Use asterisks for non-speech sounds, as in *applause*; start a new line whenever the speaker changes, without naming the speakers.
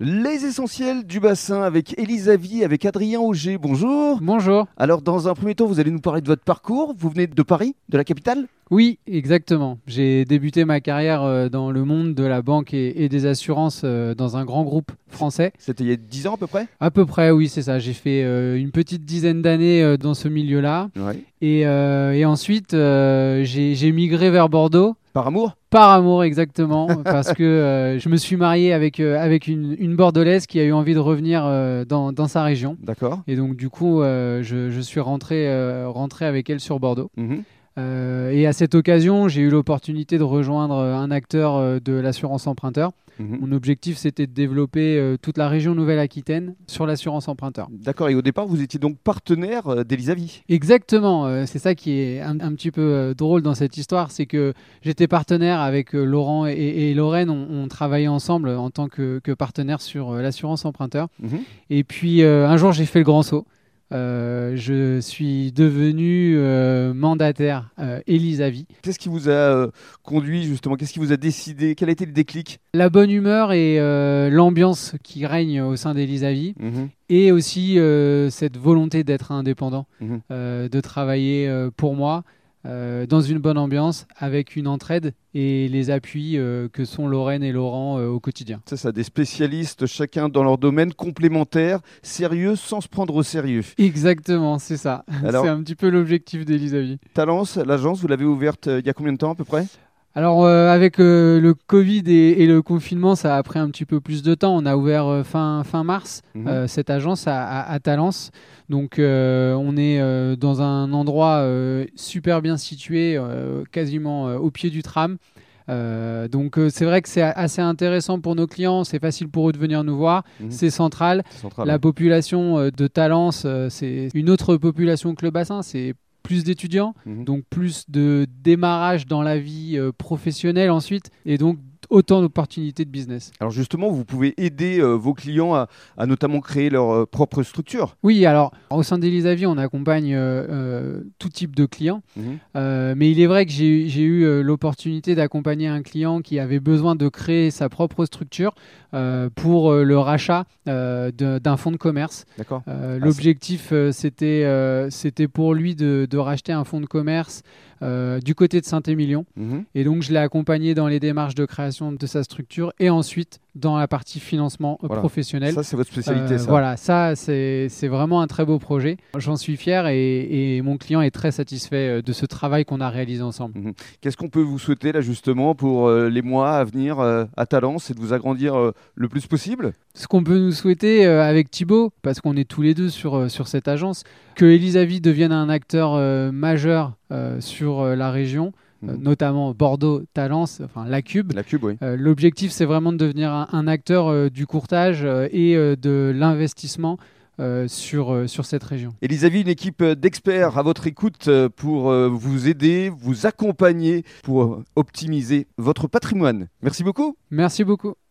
Les essentiels du bassin avec Elisavie, avec Adrien Auger. Bonjour.
Bonjour.
Alors, dans un premier temps, vous allez nous parler de votre parcours. Vous venez de Paris, de la capitale
Oui, exactement. J'ai débuté ma carrière euh, dans le monde de la banque et, et des assurances euh, dans un grand groupe français.
C'était il y a 10 ans à peu près
À peu près, oui, c'est ça. J'ai fait euh, une petite dizaine d'années euh, dans ce milieu-là.
Oui.
Et, euh, et ensuite, euh, j'ai j'ai migré vers Bordeaux.
Par amour
Par amour, exactement, parce que euh, je me suis marié avec, euh, avec une, une Bordelaise qui a eu envie de revenir euh, dans, dans sa région.
D'accord.
Et donc, du coup, euh, je, je suis rentré, euh, rentré avec elle sur Bordeaux.
Mhm.
Euh, et à cette occasion, j'ai eu l'opportunité de rejoindre euh, un acteur euh, de l'assurance emprunteur.
Mhm.
Mon objectif, c'était de développer euh, toute la région Nouvelle-Aquitaine sur l'assurance emprunteur.
D'accord. Et au départ, vous étiez donc partenaire euh, d'Elisavie.
Exactement, euh, c'est ça qui est un, un petit peu euh, drôle dans cette histoire, c'est que j'étais partenaire avec euh, Laurent et, et Lorraine, on, on travaillait ensemble en tant que, que partenaire sur euh, l'assurance emprunteur.
Mhm.
Et puis euh, un jour, j'ai fait le grand saut. Euh, je suis devenu euh, mandataire euh, Elisavie.
Qu'est-ce qui vous a euh, conduit justement Qu'est-ce qui vous a décidé Quel a été le déclic
La bonne humeur et euh, l'ambiance qui règne au sein d'Elisavie
Mhm.
et aussi euh, cette volonté d'être indépendant,
Mhm.
euh, de travailler euh, pour moi euh, dans une bonne ambiance avec une entraide et les appuis euh, que sont Lorraine et Laurent euh, au quotidien.
Ça, ça, des spécialistes, chacun dans leur domaine, complémentaires, sérieux, sans se prendre au sérieux.
Exactement, c'est ça. *laughs*
Alors-
C'est un petit peu l'objectif d'Elisavie.
Talence, l'agence, vous l'avez ouverte euh, il y a combien de temps à peu près
Alors euh, avec euh, le Covid et, et le confinement, ça a pris un petit peu plus de temps. On a ouvert euh, fin, fin mars
Mhm.
euh, cette agence à, à- à Talence. Donc euh, on est euh, dans un endroit euh, super bien situé, euh, quasiment euh, au pied du tram. Euh, donc euh, c'est vrai que c'est a- assez intéressant pour nos clients, c'est facile pour eux de venir nous voir,
Mhm.
c'est central.
C'est central, hein.
La
ouais.
population euh, de Talence, euh, c'est une autre population que le bassin, c'est plus d'étudiants
Mhm.
donc plus de démarrage dans la vie euh, professionnelle ensuite, et donc autant d'opportunités de business.
Alors justement, vous pouvez aider euh, vos clients à, à notamment créer leur euh, propre structure.
Oui, alors au sein d'Elisavie, on accompagne euh, euh, tout type de clients,
Mhm.
Euh, mais il est vrai que j'ai j'ai eu euh, l'opportunité d'accompagner un client qui avait besoin de créer sa propre structure euh, pour euh, le rachat euh, de- d'un fonds de commerce.
D'accord.
Euh,
Ah,
L'objectif, euh, c'était euh, c'était pour lui de, de racheter un fonds de commerce euh, du côté de Saint-Émilion.
Mhm.
Et donc, je l'ai accompagné dans les démarches de création de sa structure et ensuite dans la partie financement euh,
Voilà.
professionnel.
Ça, c'est votre spécialité,
Euh,
ça.
Voilà, ça, c'est c'est vraiment un très beau projet. J'en suis fier et, et mon client est très satisfait euh, de ce travail qu'on a réalisé ensemble.
Qu'est-ce qu'on peut vous souhaiter, là, justement, pour euh, les mois à venir euh, à Talence et de vous agrandir euh, le plus possible
Ce qu'on peut nous souhaiter euh, avec Thibaut, parce qu'on est tous les deux sur, euh, sur cette agence, que Elisavie devienne un acteur euh, majeur euh, sur euh, la région, euh,
Mhm.
notamment Bordeaux, Talence, enfin la Cube.
La Cube, oui.
Euh, L'objectif, c'est vraiment de devenir un, un acteur euh, du courtage euh, et euh, de l'investissement euh, sur, euh, sur cette région.
Elisavie, une équipe euh, d'experts à votre écoute euh, pour euh, vous aider, vous accompagner, pour euh, optimiser votre patrimoine. Merci beaucoup.
Merci beaucoup.